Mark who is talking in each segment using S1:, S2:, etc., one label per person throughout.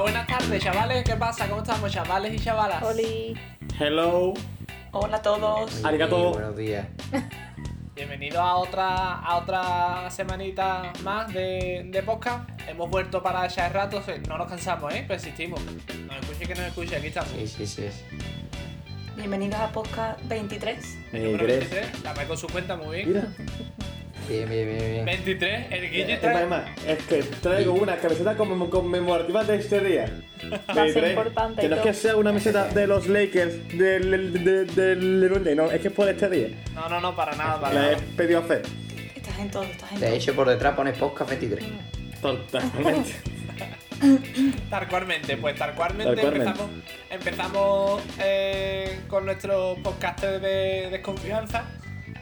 S1: Buenas tardes, chavales. ¿Qué pasa? ¿Cómo estamos, chavales y chavalas?
S2: Oli.
S3: Hello.
S4: Hola a todos.
S3: Arigato.
S5: Sí, Buenos días.
S1: Bienvenidos a otra, a otra semanita más de, de podcast. Hemos vuelto para echar rato. No nos cansamos, ¿eh? Persistimos. Nos escuche que nos escuche. Aquí estamos.
S5: Sí, sí, sí.
S4: Bienvenidos a Podcast 23.
S3: Eh,
S1: Número
S3: Gref.
S1: 23. La Mai con su cuenta muy bien.
S3: Mira.
S5: Bien, bien, bien, bien.
S1: 23. El Guille
S3: Es Eh, más, es
S1: trae...
S3: más, es que traigo una camiseta conmem- conmemorativa de este día.
S2: a
S3: De
S2: ser
S3: tres.
S2: importante
S3: Que no
S2: y
S3: es
S2: todo.
S3: que sea una camiseta de los Lakers del del- del- del- del- no, es que es por este día.
S1: No, no, no, para nada, para
S3: La he
S1: nada.
S3: pedido a Fer.
S4: Estás en todo, estás en
S5: De
S4: todo.
S5: hecho, por detrás pones podcast 23.
S3: Totalmente.
S1: Tarcuarmente, pues tarcuarmente
S3: Tarcuarmente.
S1: empezamos, empezamos eh, con nuestro podcast de desconfianza.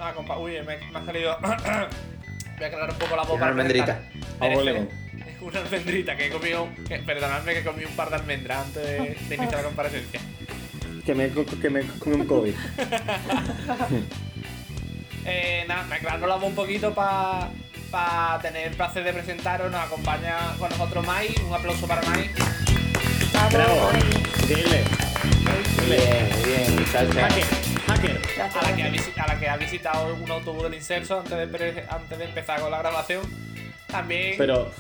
S1: Ah, compa, uy, me, me ha salido. Voy a aclarar un poco la boca.
S5: Una almendrita.
S3: Vamos, Lemon.
S1: Una almendrita que he comido. que- perdonadme que comí un par de almendras antes de, de iniciar la comparecencia.
S3: que me, co- que me comí un COVID.
S1: Eh, nada, me aclaro la voz un poquito para tener el placer de presentaros. Nos acompaña con nosotros Mai. Un aplauso para Mai.
S2: Vamos,
S3: Bravo.
S2: Oli.
S3: Dile.
S5: Bien, bien, salsa.
S3: Hacker. Hacker.
S1: a la, que ha
S2: Gracias.
S1: visi- a la que ha visitado un autobús del incenso antes de, pre- antes de empezar con la grabación. También.
S3: Pero,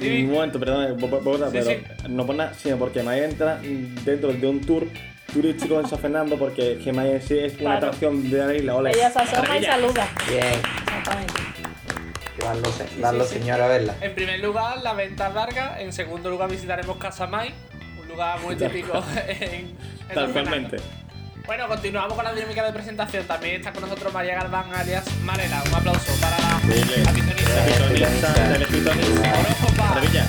S1: Sí.
S3: un momento, perdón, bo- bo- bota,
S1: Sí,
S3: pero
S1: sí.
S3: no por nada, sino porque Maya entra dentro de un tour turístico en San Fernando, porque es que Maya en sí es una
S2: Claro.
S3: atracción de la isla. Ole.
S2: Ella se asoma y
S3: Maravilla.
S2: saluda.
S5: Bien.
S4: Exactamente.
S5: Que van los, van los
S1: sí. Eh.
S5: señores a verla.
S1: En primer lugar, la venta larga. En segundo lugar, visitaremos Casa Mai, un lugar muy típico en, en San
S3: Totalmente.
S1: Fernando. Bueno, continuamos con la dinámica de presentación. También está con nosotros María Galván, alias Marela. Un aplauso para la,
S3: Dile.
S1: la pitonisa.
S5: Bien.
S3: Telepitonista, telepitonista.
S1: Bueno, compa,
S3: Maravilla.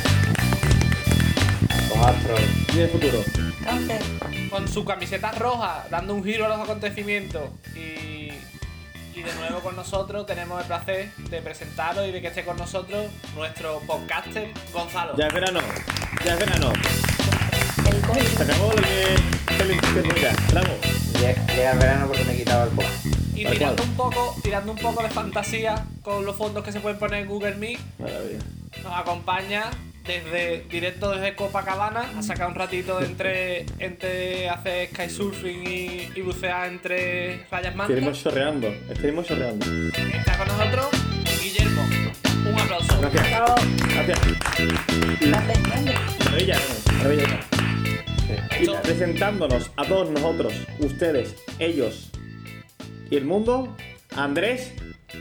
S5: Con Astro.
S3: Tiene futuro.
S4: Cáncer.
S1: con su camiseta roja, dando un giro a los acontecimientos. Y, y de nuevo con nosotros tenemos el placer de presentaros y de que esté con nosotros nuestro podcaster Gonzalo.
S3: Ya es verano. Ya es verano.
S4: El
S3: Se
S4: COVID.
S3: acabó lo que. Telepitonista. Bravo.
S5: Llega llega el verano porque me he quitado el podcast.
S1: Y
S3: Tal
S1: tirando
S3: cual.
S1: un, poco, tirando un poco de fantasía con los fondos que se pueden poner en Google Meet,
S3: Maravilla.
S1: nos acompaña desde directo desde Copacabana. Ha sacado un ratito de entre, entre hacer skysurfing y, y bucear entre rayas
S3: Seguimos
S1: mantas.
S3: chorreando. Estuvimos chorreando.
S1: Está con nosotros Guillermo. Un aplauso.
S3: Gracias.
S2: Bravo.
S3: Gracias.
S4: Grande, grande.
S3: Maravilla. Maravilla. Y
S1: Esto-
S3: presentándonos a todos nosotros, ustedes, ellos y el mundo, Andrés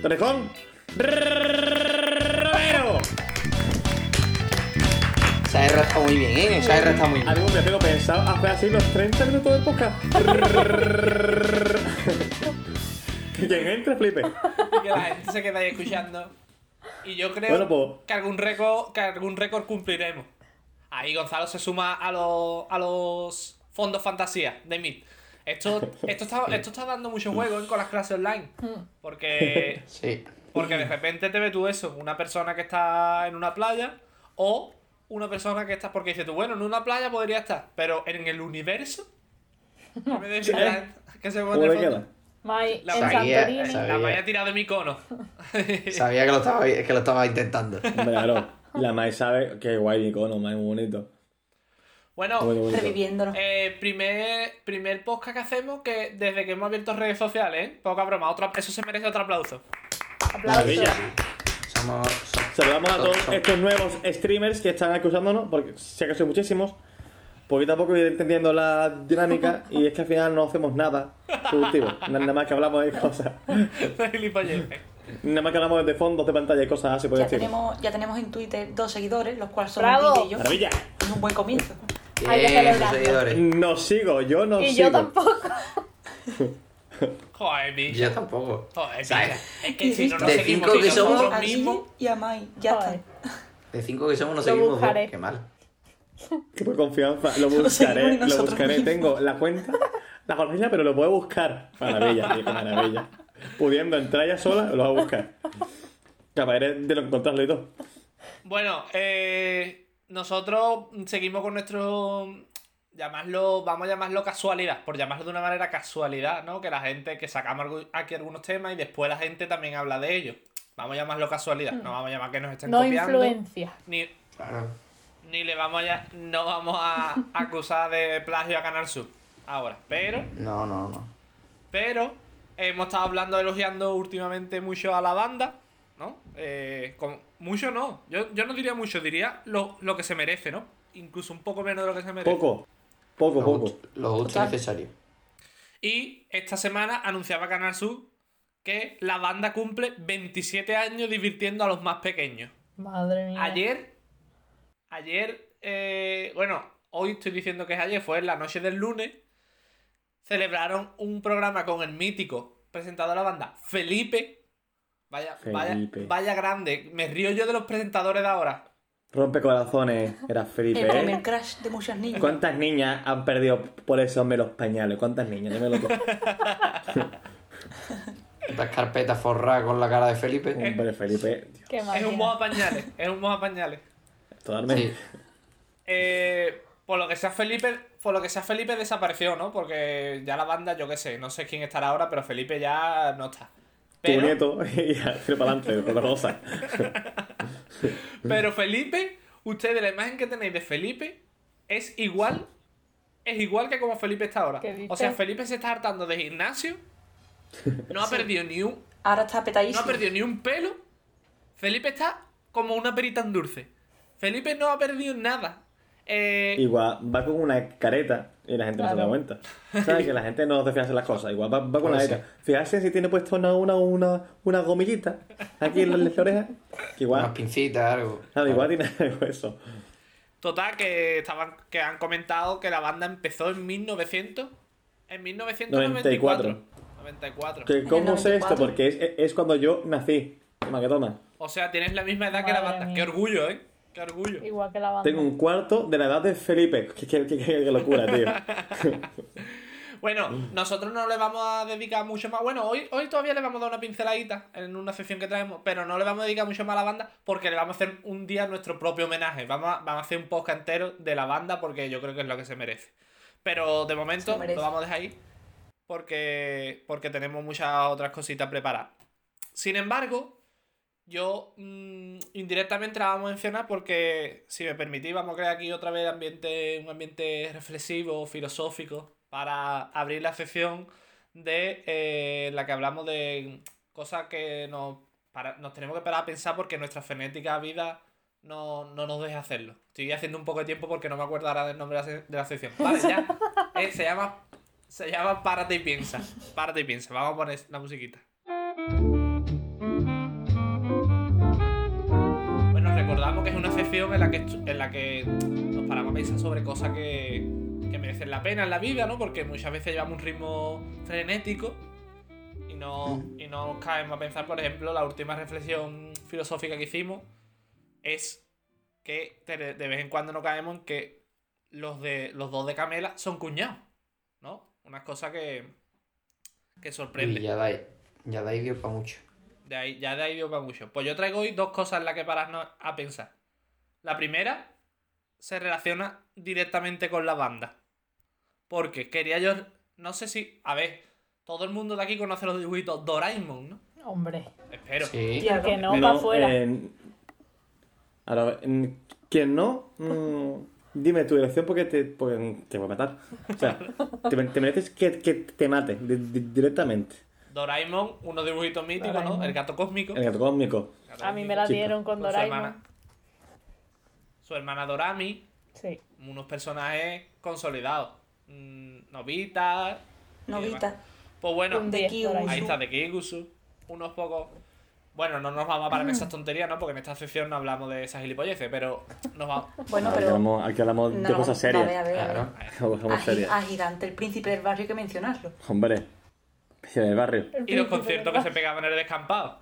S3: Torrejón Romero.
S5: Esa R está muy bien, ¿eh? Esa R está muy bien.
S3: Algo que tengo pensado hacer así los 30 minutos del podcast. Que Quien entre, flipe.
S1: que la gente se queda ahí escuchando. Y yo creo
S3: Bueno, pues-
S1: que algún récord, que algún récord cumpliremos. Ahí Gonzalo se suma a los, a los fondos fantasía de Meet. Esto, esto, está, esto está dando mucho juego ¿eh? con las clases online. Porque,
S5: Sí.
S1: porque de repente te ve tú eso, una persona que está en una playa o una persona que está... Porque dices tú, bueno, en una playa podría estar, pero en el universo... ¿Qué me decía la gente? ¿Qué se pone
S3: ¿Cómo
S1: de
S3: le
S1: fondo?
S3: queda?
S2: Mai
S1: La
S2: en
S5: María,
S2: Santorini.
S5: esa-
S1: La me he tirado de mi cono.
S5: Sabía que lo estaba, que lo estaba intentando.
S3: Hombre, claro. La Mai sabe que guay icono, Mai, muy bonito.
S1: Bueno,
S3: Muy bonito.
S4: Reviviéndolo.
S1: Eh, primer, primer podcast que hacemos que desde que hemos abierto redes sociales, ¿eh? Poca broma, otro, eso se merece otro aplauso.
S2: Aplausos.
S3: Maravilla.
S5: Somos. somos-
S3: Saludamos a
S5: son-
S3: todos
S5: son-
S3: estos nuevos streamers que están acusándonos, porque sé que son muchísimos. Poquito a poco voy entendiendo la dinámica y es que al final no hacemos nada productivo. Nada más que hablamos de cosas.
S1: Gilipolleces.
S3: Nada más que hablamos de fondos de pantalla y cosas así por el
S4: Ya
S3: estilo.
S4: tenemos, ya tenemos en Twitter dos seguidores, los cuales son
S2: Bravo.
S4: Guille y yo.
S3: ¡Maravilla!
S4: Es un buen comienzo.
S2: Hay que
S5: Bien, sus
S2: celebrarlo.
S5: seguidores.
S3: No sigo, yo no
S2: Y
S3: sigo.
S2: yo tampoco.
S1: Joder, bicho.
S5: Yo tampoco.
S1: Joder,
S5: ¿Sabes?
S1: bicho. Es que si no nos
S5: De
S1: seguimos
S5: cinco
S1: ni
S5: que somos,
S1: nosotros
S4: a Guille
S1: mismos.
S4: y a Mai. Ya
S2: Joder.
S4: está.
S5: De cinco que somos, nos
S2: Lo
S5: seguimos dos.
S2: buscaré.
S5: Qué mal.
S3: Que por confianza lo
S4: Lo seguimos
S3: buscaré,
S4: ni
S3: lo
S4: nosotros
S3: buscaré.
S4: mismos.
S3: Tengo la cuenta, la jornada, pero lo puedo buscar. Maravilla, tío, qué maravilla. Pudiendo entrar ya sola, lo voy a buscar. Capaz eres de lo encontrarlo y todo.
S1: Bueno, eh, nosotros seguimos con nuestro. Llamarlo, vamos a llamarlo casualidad, por llamarlo de una manera casualidad, ¿no? Que la gente, que sacamos algo- aquí algunos temas y después la gente también habla
S5: Hmm.
S1: de ellos. Vamos a llamarlo casualidad, no vamos a llamar que nos estén
S2: No
S1: copiando.
S2: influencia.
S1: Ni,
S5: Claro.
S1: ni le vamos a, no vamos a acusar de plagio a Canal Sur ahora. Pero,
S5: No, no, no.
S1: pero, hemos estado hablando, elogiando últimamente mucho a la banda, ¿no? Eh, con, mucho no, yo, yo no diría mucho, diría lo, lo que se merece, ¿no? Incluso un poco menos de lo que se merece.
S3: Poco, poco,
S5: Lo
S3: poco.
S5: justo- Lo justo y
S4: Total.
S5: necesario.
S1: Y esta semana anunciaba Canal Sur que la banda cumple 27 años divirtiendo a los más pequeños.
S2: Madre mía.
S1: Ayer, ayer, eh, bueno, hoy estoy diciendo que es ayer, fue en la noche del lunes, celebraron un programa con el mítico presentador de la banda, Felipe. Vaya,
S3: Felipe.
S1: vaya, vaya grande. Me río yo de los presentadores de ahora.
S3: Rompe corazones, era Felipe.
S4: El
S3: ¿eh?
S4: primer crash de muchas niñas.
S3: ¿Cuántas niñas han perdido por ese hombre los pañales? ¿Cuántas niñas? Dímelo tú.
S5: Las carpetas forradas con la cara de Felipe.
S3: Hombre, Felipe, Dios,
S2: Qué
S1: Es un
S2: máquina.
S1: modo pañales, es un modo pañales.
S3: totalmente.
S5: Sí.
S1: Eh, por lo que sea Felipe, por lo que sea Felipe desapareció, ¿no? Porque ya la banda, yo qué sé, no sé quién estará ahora, pero Felipe ya no está.
S3: Tu
S1: Pero,
S3: nieto, y ya, tira para adelante, con la rosa.
S1: pero Felipe, ustedes la imagen que tenéis de Felipe es igual, es igual que como Felipe está ahora.
S2: ¿Qué dices?
S1: O sea, Felipe se está hartando de gimnasio, no ha perdido ni un,
S4: Ahora está
S1: no
S4: petadísimo.
S1: ha perdido ni un pelo. Felipe está como una perita en dulce. Felipe no ha perdido nada. Eh,
S3: Igual va con una careta y la gente no se da
S2: Claro.
S3: cuenta. ¿Sabes? Que la gente no se fija en las cosas. Igual va, va con
S5: Puede
S3: la
S5: ser.
S3: careta. Fijarse si tiene puesto una, una, una, una gomillita aquí en la- en la oreja. Que
S5: Unas
S3: igual,
S5: pincitas, algo.
S3: claro, igual tiene algo eso.
S1: Total, que estaban que han comentado que la banda empezó en 1900. En 1994. 94.
S3: Que, ¿Cómo sé esto?
S4: 94.
S3: Porque es, es cuando yo nací. Toma, que toma.
S1: O sea, tienes la misma edad que la
S2: Madre
S1: banda.
S2: mía.
S1: Qué orgullo, ¿eh? Qué orgullo.
S2: Igual que la banda.
S3: Tengo un cuarto de la edad de Felipe. Qué, qué- qué- qué locura, tío.
S1: Bueno, nosotros no le vamos a dedicar mucho más. Bueno, hoy, hoy todavía le vamos a dar una pinceladita en una sección que traemos, pero no le vamos a dedicar mucho más a la banda porque le vamos a hacer un día nuestro propio homenaje. Vamos a, vamos a hacer un podcast entero de la banda porque yo creo que es lo que se merece. Pero de
S4: Se
S1: momento
S4: merece.
S1: lo vamos a dejar ahí porque, porque tenemos muchas otras cositas preparadas. Sin embargo, yo mm, indirectamente la vamos a mencionar porque, si me permitís, vamos a crear aquí otra vez ambiente, un ambiente reflexivo, filosófico, para abrir la sección de eh, la que hablamos de cosas que nos, para- nos tenemos que parar a pensar porque nuestra frenética vida no, no nos deja hacerlo. Estoy haciendo un poco de tiempo porque no me acuerdo ahora del nombre de la, se- de la sección. Vale, ya. Eh, se llama... Se llama Párate y piensa. Párate y piensa. Vamos a poner la musiquita. Bueno, recordamos que es una sección en la que, estu- en la que nos paramos a pensar sobre cosas que, que merecen la pena en la vida, ¿no? Porque muchas veces llevamos un ritmo frenético y no, y no nos caemos a pensar, por ejemplo, la última reflexión filosófica que hicimos es que de de vez en cuando nos caemos en que los, de, los dos de Camela son cuñados, ¿no? Una cosa que, que sorprende.
S5: Y ya dais. Ya dais Dios para mucho.
S1: De ahí, ya de ahí dio para mucho. Pues yo traigo hoy dos cosas en las que pararnos a pensar. La primera se relaciona directamente con la banda. Porque quería yo. No sé si. A ver, todo el mundo de aquí conoce los dibujitos Doraemon, ¿no?
S2: Hombre.
S1: Espero.
S5: Sí.
S2: Tío, que no, para
S3: No,
S2: afuera.
S3: eh, ahora, mm, ¿quién no? Mm, dime tu dirección porque te, porque te voy a matar. O sea, te, me- te mereces que, que te mate di- di- directamente.
S1: Doraemon, unos dibujitos míticos, ¿no?
S2: Doraemon.
S1: El gato cósmico.
S3: El gato cósmico.
S1: El gato
S2: A mí
S1: cósmico.
S2: me la
S3: chica,
S2: dieron con
S1: Con su
S2: Doraemon.
S1: hermana. Su hermana Dorami.
S2: Sí.
S1: Unos personajes consolidados. Mm, Novita. y demás.
S4: Novita.
S1: Pues bueno.
S2: Un
S4: De
S2: diez,
S4: Kiwi.
S1: Ahí
S2: Doraemon.
S1: está, de Kikusu. Unos pocos. Bueno, no nos vamos a parar en esas tonterías, ¿no? Porque en esta sección no hablamos de esas gilipolleces, pero nos vamos.
S4: Bueno,
S3: aquí
S4: pero.
S3: hablamos, aquí hablamos de
S4: no,
S3: cosas
S4: A ver, a
S3: serias.
S4: ver, a ver.
S5: Claro.
S3: Hablamos de
S4: A,
S3: cosas serias.
S4: a Gigante, el príncipe del barrio, hay que mencionarlo.
S3: Hombre, en el barrio.
S1: Y los conciertos que se pegaban en el descampado,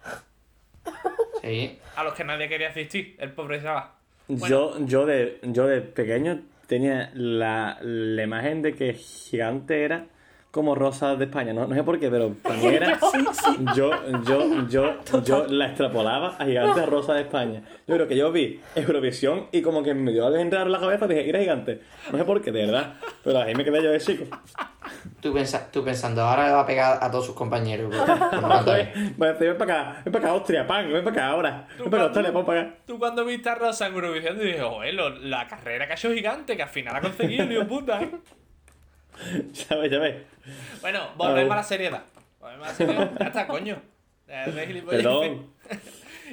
S5: Sí.
S1: a los que nadie quería asistir, el pobre chaval. Bueno.
S3: Yo, yo, de, yo de pequeño tenía la, la imagen de que gigante era como Rosa de España. No, no sé por qué, pero para mí era. Yo, yo, yo, yo la extrapolaba a gigante Rosa de España. Yo creo que yo vi Eurovisión y como que me dio algo en raro en la cabeza dije, era gigante. No sé por qué, de verdad. Pero ahí me quedé yo de chico.
S5: Tú, pensa- tú pensando, ahora le va a pegar a todos sus compañeros. bro. Con los
S3: Joder,
S5: ratones.
S3: voy a decir, Pues, ven para acá, ven para acá, Austria, pan, ven para acá ahora. Ven para acá, Austria, ven para acá.
S1: Tú cuando viste a Rosa en Eurovisión dije, joder, lo- la carrera que ha hecho gigante, que al final ha conseguido, dios puta. ¿eh?".
S3: Ya ves, ya ves.
S1: Bueno, volvemos
S3: Ah.
S1: a la seriedad. Volvemos a la seriedad. Ya está, coño. Ya, de gilipollas.
S3: Perdón.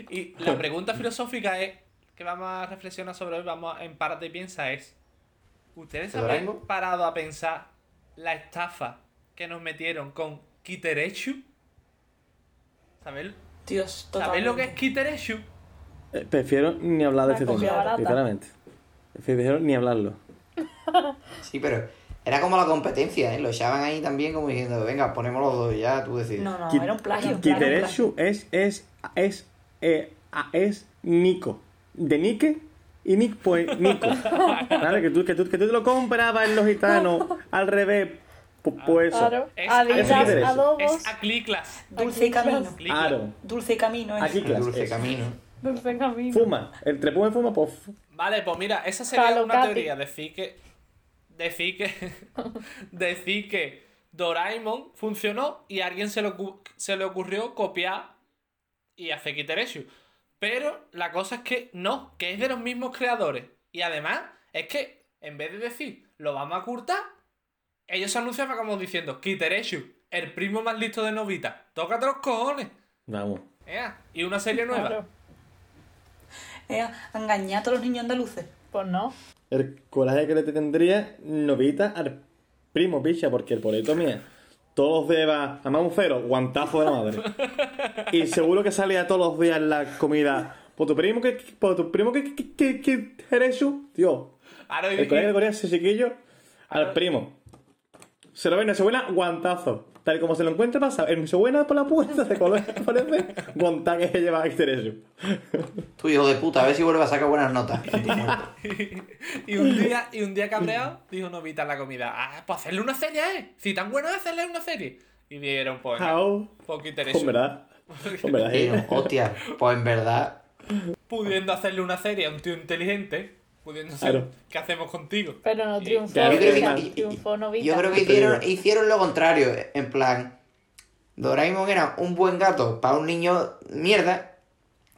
S1: Y la pregunta filosófica es, que vamos a reflexionar sobre hoy, vamos a, en parte piensa es, ¿ustedes
S5: ¿Te
S1: se
S5: lo
S1: habrán
S5: traigo?
S1: parado a pensar la estafa que nos metieron con Kiterechu? ¿Sabéis,
S4: Dios,
S1: ¿sabéis
S4: totalmente.
S1: lo que es Kiterechu?
S3: Eh, Prefiero ni hablar de
S4: Ah,
S2: La
S3: este
S2: copia
S3: tema,
S2: barata.
S3: literalmente. Prefiero ni hablarlo.
S5: Sí, pero era como la competencia, ¿eh? Lo echaban ahí también como diciendo, venga, ponemos los dos, ya tú decides.
S4: No, no,
S3: Ki-
S4: era un plagio.
S3: Ki-
S4: era un plagio.
S3: Kitereshu es, es, es, eh, a- es Nico. De Nike y Nick, pues Nico. Claro, que tú, que, tú, que tú te lo comprabas en los gitanos, al revés. Pu- Pues eso.
S2: Claro.
S1: Es
S2: Adidas,
S3: Kiterechu.
S2: adobos,
S1: Es a Cliclas.
S4: Dulce y camino.
S3: Aro.
S4: Dulce camino. eh.
S3: Aquí,
S5: El
S4: Es.
S3: claro.
S5: dulce camino.
S2: dulce en camino.
S3: Fuma. El trepume fuma, pues. fu-
S1: Vale, pues mira, esa sería
S2: Calo,
S1: una
S2: Katy.
S1: teoría. Decir que. Decir que. decir que Doraemon funcionó y a alguien se le, ocu- se le ocurrió copiar y hacer Kitereshu. Pero la cosa es que no, que es de los mismos creadores. Y además, es que en vez de decir lo vamos a curtar, ellos se anunciaban como diciendo Kitereshu, el primo más listo de Novita. Tócate los cojones.
S3: Vamos.
S1: Ea, Y una serie nueva.
S2: Claro.
S4: Eh, engañar a todos los niños andaluces.
S2: Pues no.
S3: El coraje que le tendría novita al primo, picha, porque el poleto mía. Todos los días va a mamucero, guantazo de la madre. Y seguro que salía todos los días en la comida. Por tu primo que. Por tu primo que. que, que, que eres tú. Tío.
S1: Ahora, y-
S3: El coraje que le ponía ese chiquillo al primo. Se lo ven, se buena, guantazo. Tal y como se lo encuentra pasa. El se buena por la puerta de color parece guantaje que lleva a Teresio.
S5: Tú, hijo de puta, a ver si vuelves a sacar buenas notas.
S1: Y un día, y un día cabreado, dijo Novita en la comida, ah, pues hacerle una serie, ¿eh? Si tan bueno es hacerle una serie. Y dieron, pues,
S3: Au.
S1: poquito
S3: Ah, Con verdad. Con verdad.
S5: Y digo, hostia, pues en verdad,
S1: Pudiendo hacerle una serie a un tío inteligente, pudiendo hacer,
S3: Claro.
S1: ¿qué hacemos contigo?
S2: Pero no triunfó.
S3: Claro,
S5: yo creo que,
S3: Además,
S5: y- y-
S2: triunfó Novita.
S5: yo creo que hicieron, hicieron lo contrario. En plan, Doraemon era un buen gato para un niño mierda.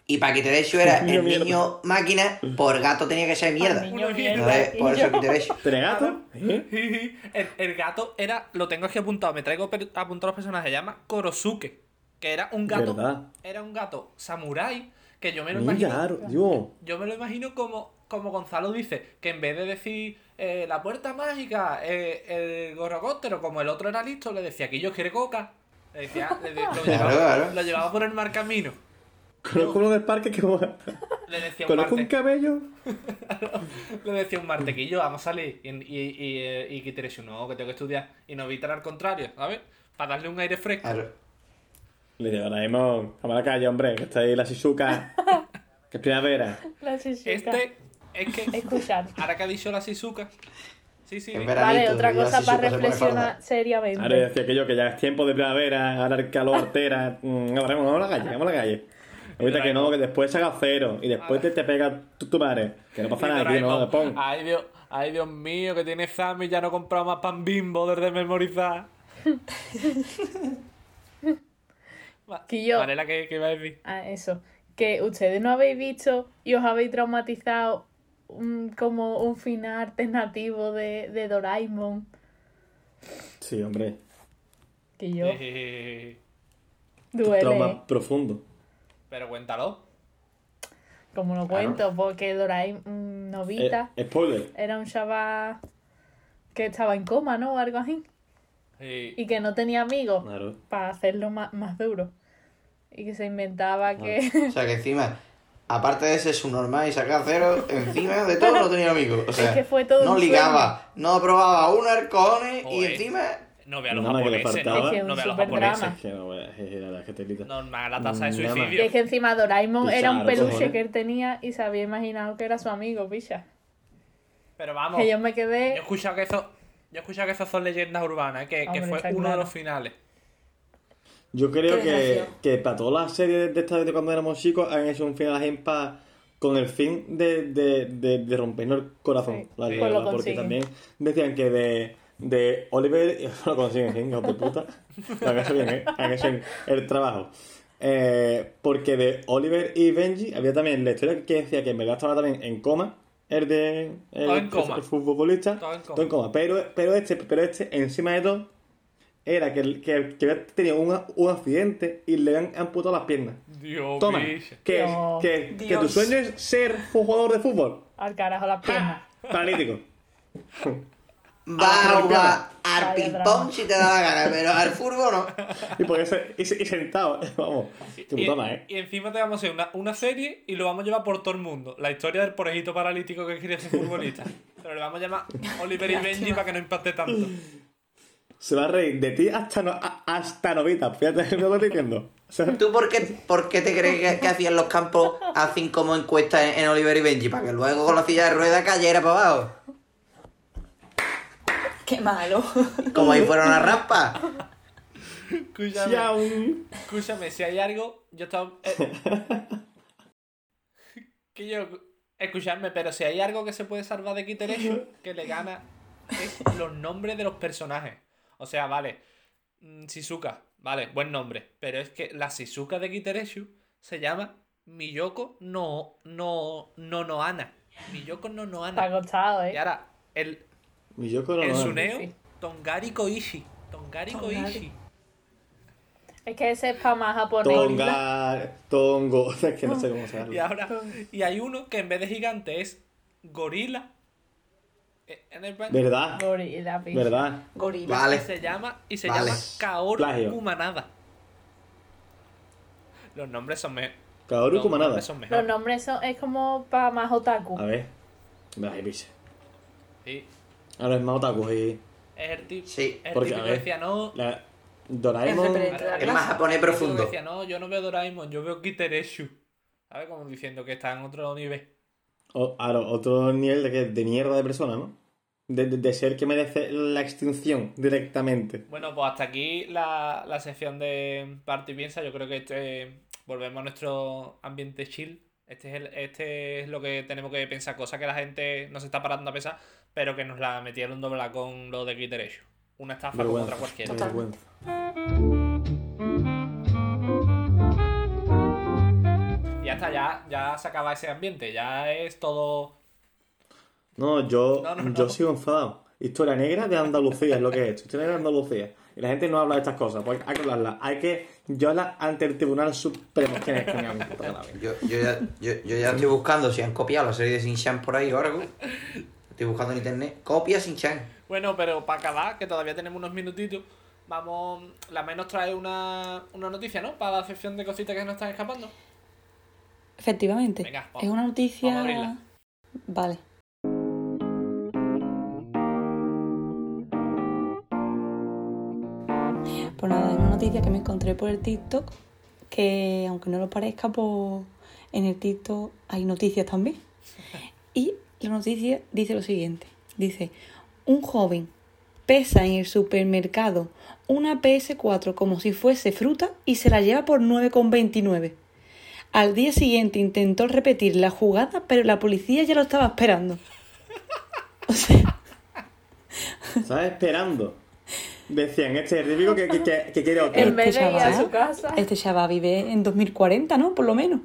S5: Y para Kitereshu era
S3: Niño
S5: el
S3: mierda. Mm.
S5: niño máquina, por gato tenía que ser mierda.
S2: Ay, niño
S5: Entonces,
S2: mierda,
S5: por eso
S2: niño.
S5: Kitereshu.
S3: ¿Tiene gato? ¿Eh?
S1: el, el gato era, lo tengo aquí apuntado, me traigo per- apuntado los personajes, se llama Korosuke, que era un gato,
S3: ¿Verdad?
S1: era un gato samurái, que yo me lo imagino,
S3: Mira, Aro, yo.
S1: Yo me lo imagino como, como Gonzalo dice, que en vez de decir eh, la puerta mágica, eh, el gorrocóptero, como el otro era listo, le decía que yo quiere coca. Le decía, le de- lo, llevaba,
S5: claro.
S1: lo llevaba por el mal camino.
S3: Conozco uno del parque que va-
S1: Le decía un
S3: Conozco un
S1: marte,
S3: cabello.
S1: le decía un marte que yo vamos a salir y, y, y, eh, y Kitereshu, no, que tengo que estudiar. Y no evitar al contrario, ¿sabes? Para darle un aire fresco.
S5: Claro.
S3: Le digo, ahora mismo, vamos a la calle, hombre, que está ahí la Shizuka. Que es primavera.
S2: La chichica.
S1: Este es que,
S2: Escuchad.
S1: ahora que ha dicho la Shizuka. Sí, sí,
S5: En
S1: di-
S2: Vale,
S5: Veranito,
S2: otra
S5: yo
S2: cosa
S5: así
S2: para
S5: supe hacer
S2: reflexionar
S5: farda.
S2: seriamente.
S3: Ahora decía aquello que ya es tiempo de primavera, ahora el calor altera. Mm, Ahora mismo, vamos a la calle, vamos a la calle. Ahorita que no, que después se haga cero y después te, te pega tu, tu madre. Que no pasa
S1: Y
S3: nada, que no,
S1: Doraemon,
S3: pon.
S1: Ay Dios, ay Dios mío, que tiene examen y ya no he comprado más pan bimbo desde memorizar. Va-
S2: Que yo-
S1: Vale, la que, que iba a decir.
S2: Ah, eso. Que ustedes no habéis visto y os habéis traumatizado un- como un final alternativo de, de Doraemon.
S3: Sí, hombre.
S2: Que yo
S1: Eh,
S2: duele.
S3: Trauma profundo.
S1: pero cuéntalo.
S2: Como lo
S5: Claro.
S2: cuento, porque Doraemon
S3: Eh,
S2: Novita
S3: spoiler.
S2: era un chaval que estaba en coma, ¿no? O algo así.
S1: Sí.
S2: Y que no tenía amigos
S3: Claro.
S2: para hacerlo más, más duro. Y que se inventaba que.
S5: O sea que encima, aparte de ser subnormal y sacar cero, encima de todo no tenía amigos. O sea,
S2: que fue todo
S5: no
S2: un
S5: ligaba, no aprobaba un arcone y
S1: Joder.
S5: encima.
S1: No vea los
S3: Nada que le
S1: japoneses,
S3: faltaba. Mm,
S1: no,
S3: Es que
S2: un
S1: no vea los
S2: superdrama.
S1: japoneses.
S3: Que no, eh, eh, la verdad es que te grita.
S1: Normal la tasa de
S3: Nada.
S2: que
S1: suicidio.
S2: es que encima Doraemon era un
S3: Claro,
S2: peluche
S3: cojones.
S2: que él tenía y se había imaginado que era su amigo, picha.
S1: Pero vamos,
S2: Que yo
S1: yo
S2: me
S1: he
S2: quedé.
S1: escuchado que eso... Yo he escuchado que esas son leyendas urbanas, ¿eh? que, que
S2: Hombre,
S1: fue
S2: está
S1: uno de
S2: claro.
S1: los finales.
S3: Yo creo
S4: Qué
S3: que,
S4: desgracia.
S3: que para todas las series de estas de cuando éramos chicos han hecho un final impa con el fin de, de, de, de rompernos el corazón.
S2: Sí,
S3: la
S2: sí.
S3: verdad,
S2: Pues lo
S3: porque
S2: consiguen.
S3: también decían que de, de Oliver. y Lo consiguen, ¿eh? hijos de puta. Lo han hecho bien, ¿eh? Han hecho bien el trabajo. Eh, porque de Oliver y Benji había también la historia que decía que en verdad estaba también en coma. El de. El,
S1: Estaba Ah, en coma.
S3: el futbolista.
S1: Estaba en coma.
S3: Todo en coma. Pero, pero, este, pero este, encima de todo, era que, el- que, que había tenido un, un accidente y le han amputado las piernas.
S1: Dios
S3: Toma,
S1: bicho.
S3: que,
S2: No.
S3: que, que tu
S4: Dios.
S3: sueño es ser un jugador de fútbol.
S2: Al carajo las piernas.
S1: Ah.
S3: Paralítico.
S5: Va
S3: Ah,
S5: a jugar
S3: claro.
S5: al
S2: Vaya
S5: ping-pong
S2: drama.
S5: si te da la gana, pero al fútbol no.
S3: Y, por eso, y, se- y sentado, vamos. Qué
S1: Y,
S3: puta más, ¿eh?
S1: y encima te vamos a hacer una, una serie y lo vamos a llevar por todo el mundo. La historia del porejito paralítico que quiere ser futbolista. Pero le vamos a llamar Oliver y Benji para que no impacte tanto.
S3: Se va a reír de ti hasta, no, a- hasta novita. Fíjate lo que estoy diciendo. O sea,
S5: ¿Tú por qué, por qué te crees que, que hacían los campos hacen como encuestas en, en Oliver y Benji? Para que luego con la silla de ruedas cayera para abajo.
S4: Qué malo.
S5: Como ahí fuera una rampa.
S1: Escúchame,
S3: ya un-
S1: escúchame, si hay algo, yo estaba. eh, que yo. Escuchadme, pero si hay algo que se puede salvar de Kitterecho, que le gana, es los nombres de los personajes. O sea, vale. mm, Shizuka, vale, buen nombre. Pero es que la Shizuka de Kitterecho se llama Miyoko no, no, no, Noana. Miyoko no,
S2: Está
S1: Noana.
S2: costado,
S1: Y
S2: ¿eh?
S1: ahora, el,
S3: Y yo con
S1: el
S3: honor.
S1: Suneo,
S2: Sí.
S1: Tongari Koishi. Tongari
S4: Tongari.
S1: Koishi.
S2: Es que ese es para más japonés.
S3: Tonga, tongo. Es que no sé cómo se
S1: Y
S3: llama.
S1: ahora, y hay uno que en vez de gigante es gorila. Eh, En español.
S3: ¿Verdad?
S2: Gorila, bicho.
S3: ¿Verdad?
S4: Gorila.
S1: Y
S5: Vale.
S1: se llama, y se
S5: Vale.
S1: llama Kaoru
S3: Plagio.
S1: Kumanada. Los nombres son mejores.
S3: Kaoru Kumanada.
S1: Son mejor.
S2: Los nombres son, es como para más otaku.
S3: A ver. Ay, biche.
S1: Sí.
S3: Ahora es más otaku y.
S1: Es el tipo,
S5: Sí,
S1: el
S3: porque,
S1: típico
S3: a
S1: que
S3: ver,
S1: decía, no.
S3: La...
S4: Es
S3: Doraemon.
S4: referente a la
S5: Es más
S4: clase.
S5: japonés
S1: el típico que
S5: profundo.
S1: decía, no, yo no veo Doraemon, yo veo Kitereshu. ¿Sabes? Como diciendo que está en otro nivel.
S3: O, ahora, otro nivel de, que- de mierda de persona, ¿no? De, de- de ser que merece la extinción directamente.
S1: Bueno, pues hasta aquí la, la sección de Parte y Piensa. Yo creo que este, volvemos a nuestro ambiente chill. Este es, el- este es lo que tenemos que pensar, cosas que la gente no se está parando a pensar, pero que nos la metieron doblada con lo de Glitter Issue. Una estafa como
S3: Vergüenza.
S1: otra cualquiera.
S4: Total.
S3: Vergüenza.
S1: Y ya está, ya, ya se acaba ese ambiente. Ya es todo.
S3: No, yo,
S1: No, no,
S3: yo
S1: no.
S3: sigo enfadado. Historia negra de Andalucía es lo que he hecho. Historia negra de Andalucía. Y la gente no habla de estas cosas, porque hay que hablarlas. Hay que. Yo hablar ante el Tribunal Supremo. ¿Quién es que me ha puta la vida.
S5: Yo, yo ya, yo, yo ya estoy buscando si han copiado la serie de Shin-Chan por ahí o algo. Estoy buscando en internet. Copia Shin-Chan.
S1: Bueno, pero para acabar, que todavía tenemos unos minutitos, vamos. La menos trae una, una noticia, ¿no? Para la sección de cositas que se nos están escapando.
S4: Efectivamente.
S1: Venga, vamos.
S4: es una
S1: Vamos
S4: noticia.
S1: a abrirla.
S4: Vale. Pues nada, es una noticia que me encontré por el TikTok. Que aunque no lo parezca, pues en el TikTok hay noticias también. Y la noticia dice lo siguiente: dice, un joven pesa en el supermercado una PS4 como si fuese fruta y se la lleva por 9,29. Al día siguiente intentó repetir la jugada, pero la policía ya lo estaba esperando.
S3: Estaba esperando. Decían, este es el típico que, que, que- que quiere otro.
S2: En vez de ir a su casa.
S4: Este chaval vive en 2040, ¿no? Por lo menos.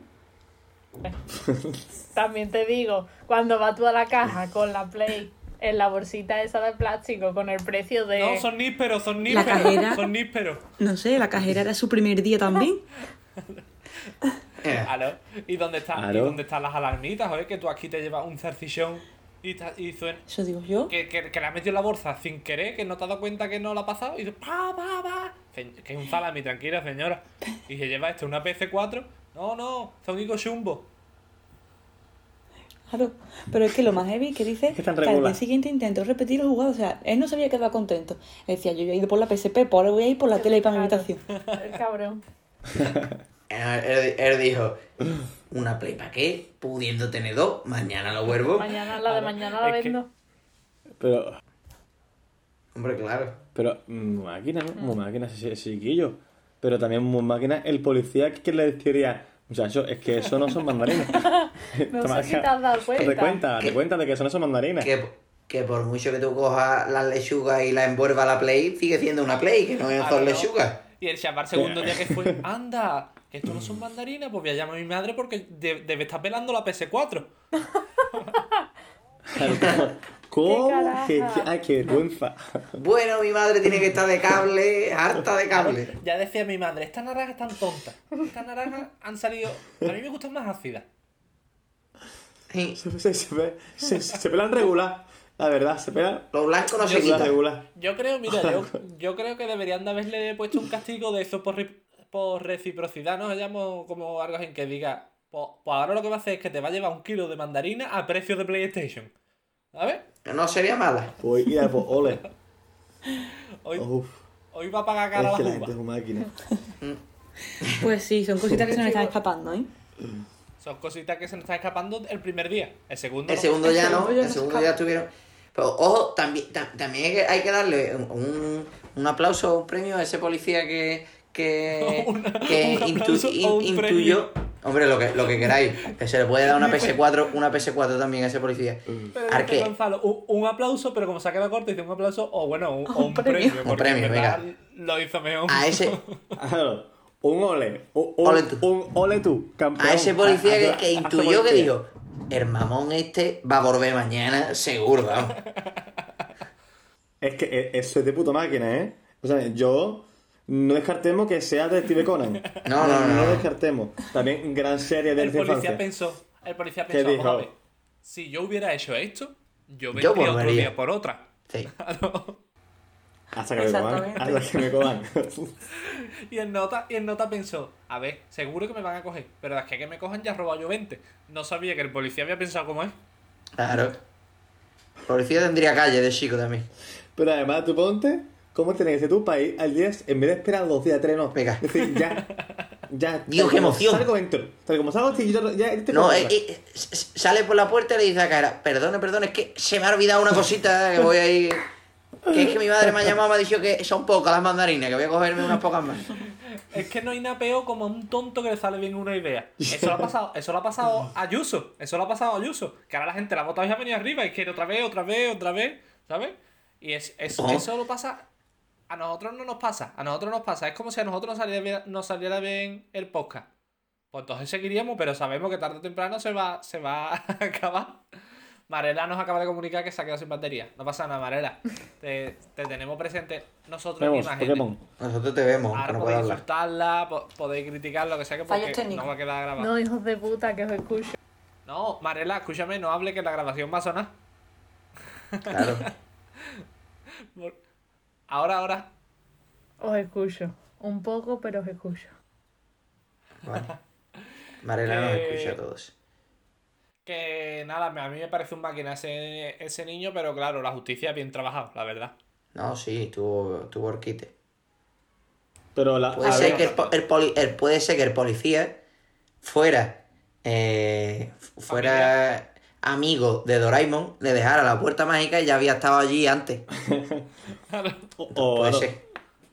S2: También te digo, cuando vas tú a la caja con la Play en la bolsita esa de plástico con el precio de...
S1: No, son nísperos, son
S4: Eh, La
S1: nísperos.
S4: cajera.
S1: Son nísperos.
S4: No sé, la cajera era su primer día también.
S5: Eh,
S1: Aló. ¿Y dónde, está, ¿Y
S3: Aló.
S1: dónde están las alarmitas? Oye, que tú aquí te llevas un cercillón y, ta- y suena.
S4: Eso digo Ah, yo.
S1: Que, que, que le has metido en la bolsa sin querer, que no te has dado cuenta que no la ha pasado. Y dices, pa, pa, pa. Se- Que es un salami, tranquila, señora. Y se lleva esto, una PC4. No, no, son Ico Jumbo.
S4: Claro. Pero es que lo más heavy que dice
S3: Es que están
S4: que al día
S3: regular.
S4: siguiente intentó repetir la jugada. O sea, él no se había quedado contento. Le decía, yo ya he ido por la PSP, pues ahora voy a ir por la tele y para mi
S2: Claro.
S4: habitación.
S2: El cabrón.
S5: Él, él dijo, "Mm, una play para qué, pudiendo tener dos, mañana lo vuelvo.
S2: Mañana, la de
S1: Claro,
S2: mañana la
S1: es que-
S2: vendo.
S3: Pero,
S5: Hombre, claro.
S3: pero, muy máquina, ¿no?
S2: Mm.
S3: Muy máquina ese ese chiquillo. Pero también muy máquina el policía que le diría, muchachos, es que eso no son mandarines.
S2: No
S3: Toma,
S2: sé si te has dado
S3: Date
S2: cuenta.
S3: cuenta, date cuenta de que eso no son mandarinas.
S5: Que, que por mucho que tú cojas la lechuga y la envuelvas a la Play, sigue siendo una Play, que no es
S1: Ah,
S5: dos
S1: no.
S5: lechugas.
S1: Y el chaval segundo día que fue, anda, que esto no son mandarinas, pues voy a llamar a mi madre porque de- debe estar velando la PS4.
S3: Claro, ¿Cómo?
S2: ¡Qué
S3: ¿Qué,
S2: caraja!
S3: qué- ay, qué vergüenza.
S5: Bueno, mi madre tiene que estar de cable, harta de cable.
S1: Ya decía mi madre, estas naranjas están tontas. Estas naranjas han salido. A mí me gustan más ácidas.
S5: Sí,
S3: Se, se, se ve- se- se pelan regular. La verdad, se pelan
S5: Lo blanco no se
S3: regular,
S5: quita.
S3: regular.
S1: Yo creo, mira, yo, yo creo que deberían de haberle puesto un castigo de eso por, re- por reciprocidad, ¿no? Llamo como algo en que diga, pues, pues ahora lo que va a hacer es que te va a llevar un kilo de mandarina a precio de PlayStation. ¿Sabes?
S5: No sería mala.
S3: Pues mira, pues ole.
S1: Hoy,
S3: Uf,
S1: hoy va a pagar cara
S3: Oh. es
S1: la
S3: que la
S1: uva.
S3: gente es una máquina.
S4: Pues sí, son cositas que se nos están escapando, ¿eh?
S1: Son cositas que se nos están escapando el primer día. El segundo.
S5: El
S1: no.
S5: segundo ya no,
S4: segundo ya
S5: el
S4: no
S5: segundo
S4: escapa.
S5: ya estuvieron. Pero ojo, también, tam- también hay que- hay que darle un- un, un aplauso, un premio a ese policía que, que,
S1: Una-
S5: que
S1: un
S5: intu-
S1: aplauso
S5: in-
S1: o un
S5: intuyó. Hombre, lo que, lo que queráis, que se le puede dar una
S1: Dime.
S5: PS4, una PS4 también a ese policía.
S1: Pero dice
S5: Arque,
S1: Gonzalo, un, un aplauso, pero como se ha quedado corto, dice un aplauso o bueno, un, o un
S4: premio.
S1: premio.
S5: Un
S1: porque
S5: premio, Ah,
S1: en verdad Lo hizo mejor.
S5: a ese,
S3: Claro, un ole. Un, un-
S5: Ole tú.
S3: un ole tú, campeón.
S5: a ese policía que, que
S3: a- a- a ese
S5: intuyó que
S3: policía.
S5: dijo, el mamón este va a volver mañana, seguro, vamos".
S3: Es que e- eso es de puta máquina, ¿eh? O sea, yo. No descartemos que sea Detective Conan.
S5: No, no, no.
S3: No descartemos. También gran serie de
S1: El
S3: nuestra
S1: policía
S3: infancia.
S1: pensó, el policía
S3: ¿Qué
S1: pensó, vamos a
S3: dijo?
S1: ver, si yo hubiera hecho esto, yo
S5: Yo
S1: vendría otro
S5: volvería.
S1: día por otra.
S5: Sí.
S3: Hasta que me coman.
S4: Exactamente.
S3: Hasta que me coman.
S1: Y el nota, y el nota pensó, a ver, seguro que me van a coger, pero es que que me cojan ya he robado yo 20. No sabía que el policía había pensado como es.
S5: Claro. Policía tendría calle de chico también.
S3: Pero además, tú ponte cómo tenés que ser tú para ir al 10 en vez de esperar dos días, tres, no.
S5: Venga.
S3: Es decir, ya. Ya.
S5: Dios,
S3: tal
S5: qué
S3: como
S5: emoción.
S3: Salgo dentro. Tal como salgo, sí, yo ya. este ya te
S5: No,
S3: compro.
S5: eh, eh, s- s- sale por la puerta y le dice a Cara, perdone, perdone, es que se me ha olvidado una cosita que voy a ir. Que es que mi madre me ha llamado y me ha dicho que son pocas las mandarinas, que voy a cogerme unas pocas más.
S1: Es que no hay nada peor como a un tonto que le sale bien una idea. Eso lo ha pasado, eso lo ha pasado a Ayuso. Eso lo ha pasado a Ayuso. Que ahora la gente la vota y ha venido arriba y quiere otra vez, otra vez, otra vez, ¿sabes? Y es, es-
S5: Ojo.
S1: eso lo pasa. A nosotros no nos pasa. A nosotros nos pasa. Es como si a nosotros nos saliera bien, nos saliera bien el podcast. Pues entonces seguiríamos, pero sabemos que tarde o temprano se va, se va a acabar. Marela nos acaba de comunicar que se ha quedado sin batería. No pasa nada, Marela. Te, te tenemos presente nosotros en
S3: Vemos,
S1: imágenes.
S3: Pokémon.
S5: Nosotros te vemos,
S1: Ahora
S5: pero
S1: Ah,
S5: no puedo
S1: podéis
S5: hablar.
S1: insultarla, po- podéis criticar lo que sea que
S4: Fallos
S1: porque
S4: técnicos.
S1: no va a quedar grabado. No.
S2: No, hijos de puta, que os escucho.
S1: Marela, escúchame, no hable que la grabación va a sonar.
S5: Claro.
S1: Por- Ahora, ahora.
S2: Os escucho. Un poco, pero os escucho.
S5: Vale. Marela nos
S1: Eh,
S5: escucha a todos.
S1: Que nada, me- a mí me parece un máquina ese, ese niño, pero claro, la justicia bien trabajado, la verdad.
S5: No, sí, tuvo, tuvo orquite.
S3: Pero la.
S5: Puede
S3: a
S5: ser
S3: ver,
S5: que el, po- el poli- el- puede ser que el policía fuera eh, fu- fuera amigo de Doraemon, le dejara la puerta mágica y ya había estado allí antes.
S3: O, o-
S5: puede
S3: claro,
S5: ser.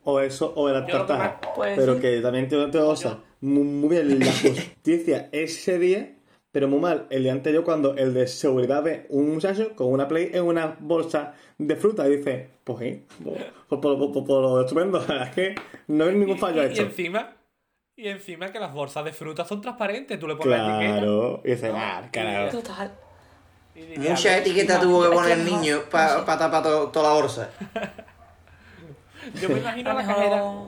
S3: o eso, o de las
S1: Yo lo que más-
S3: tartajas.
S4: Pues
S3: Pero
S4: sí.
S3: que también te, te osa muy, muy bien la justicia ese día, pero muy mal el día anterior cuando el de seguridad ve un muchacho con una play en una bolsa de fruta y dice, pues sí, por, por- por- por- por lo estupendo, la verdad es que no hay ningún fallo
S1: y,
S3: a
S1: y
S3: esto.
S1: encima, y encima que las bolsas de fruta son transparentes, tú le pones la etiqueta.
S3: Claro, y dice, ah, carajo.
S4: Total.
S1: y dirías,
S5: Mucha etiqueta
S1: "Ima-
S5: tuvo que
S4: es que
S5: poner el
S4: no,
S5: niño
S4: no
S5: para
S4: sé.
S5: tapar to- toda la bolsa.
S1: Yo me imagino
S4: A
S1: a
S4: lo
S1: la cajera.
S4: mejor...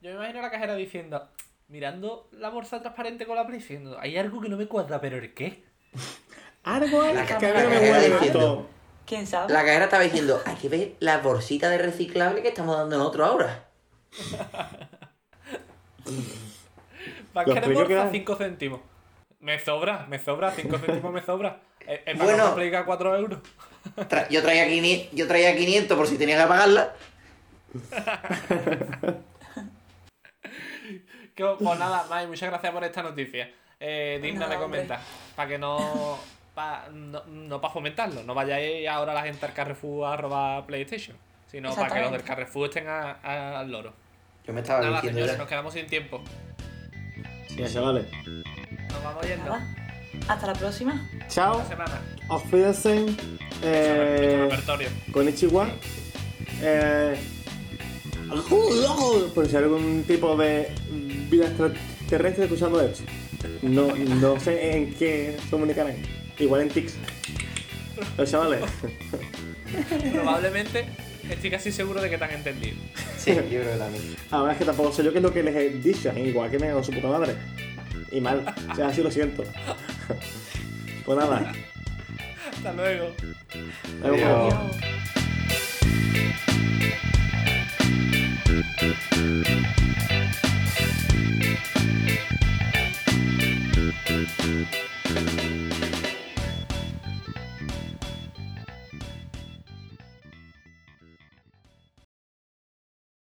S1: Yo me imagino a la cajera diciendo, mirando la bolsa transparente con la play, diciendo, hay algo que no me cuadra, pero ¿el qué?
S3: Algo
S5: La
S3: que a mí
S4: cámara
S3: no me
S4: que
S3: huele
S5: está
S3: esto.
S5: diciendo.
S4: ¿Quién sabe?
S5: La cajera estaba diciendo, hay que ver la bolsita de reciclable que estamos dando nosotros ahora.
S1: Van
S3: Lo
S1: que de
S3: explico que
S1: bolsa
S3: da-
S1: 5 céntimos. Me sobra, me sobra, 5 céntimos me sobra. Es es para
S5: Bueno.
S1: bueno, Play a 4 euros.
S5: Tra- yo, traía 500, yo traía 500 por si tenía que pagarla.
S1: Que, pues nada, Mai, muchas gracias por esta noticia. Eh, digna
S4: No,
S1: de
S4: hombre.
S1: comentar. Para que no. pa- no, para fomentarlo. No vayáis ahora la gente al Carrefour a robar PlayStation. Sino para que los del
S4: Exactamente.
S1: Carrefour estén a- a- al loro.
S5: Yo me estaba
S1: Nada,
S5: diciendo
S1: señores,
S5: ya.
S1: nos quedamos sin tiempo.
S3: Ya, chavales.
S1: Nos vamos yendo.
S4: Nada. Hasta la próxima.
S3: Chao. eh.
S1: Esta semana.
S3: Auf Wiedersehen.
S1: Nuestro
S3: Eh,
S1: repertorio.
S3: con Ichiwa. Eh, por si hay algún tipo de vida extraterrestre escuchando esto. No, no sé en qué se comunicarán. Igual en tics. Los chavales.
S1: Probablemente estoy casi seguro de que te han entendido.
S5: Sí, yo creo que también.
S3: Ahora es que tampoco sé yo qué es lo que les he dicho, ¿eh? igual que me hago su puta madre. Y mal, o sea, así lo siento. Pues nada,
S1: Hasta luego.
S3: nos vemos.
S5: Adiós.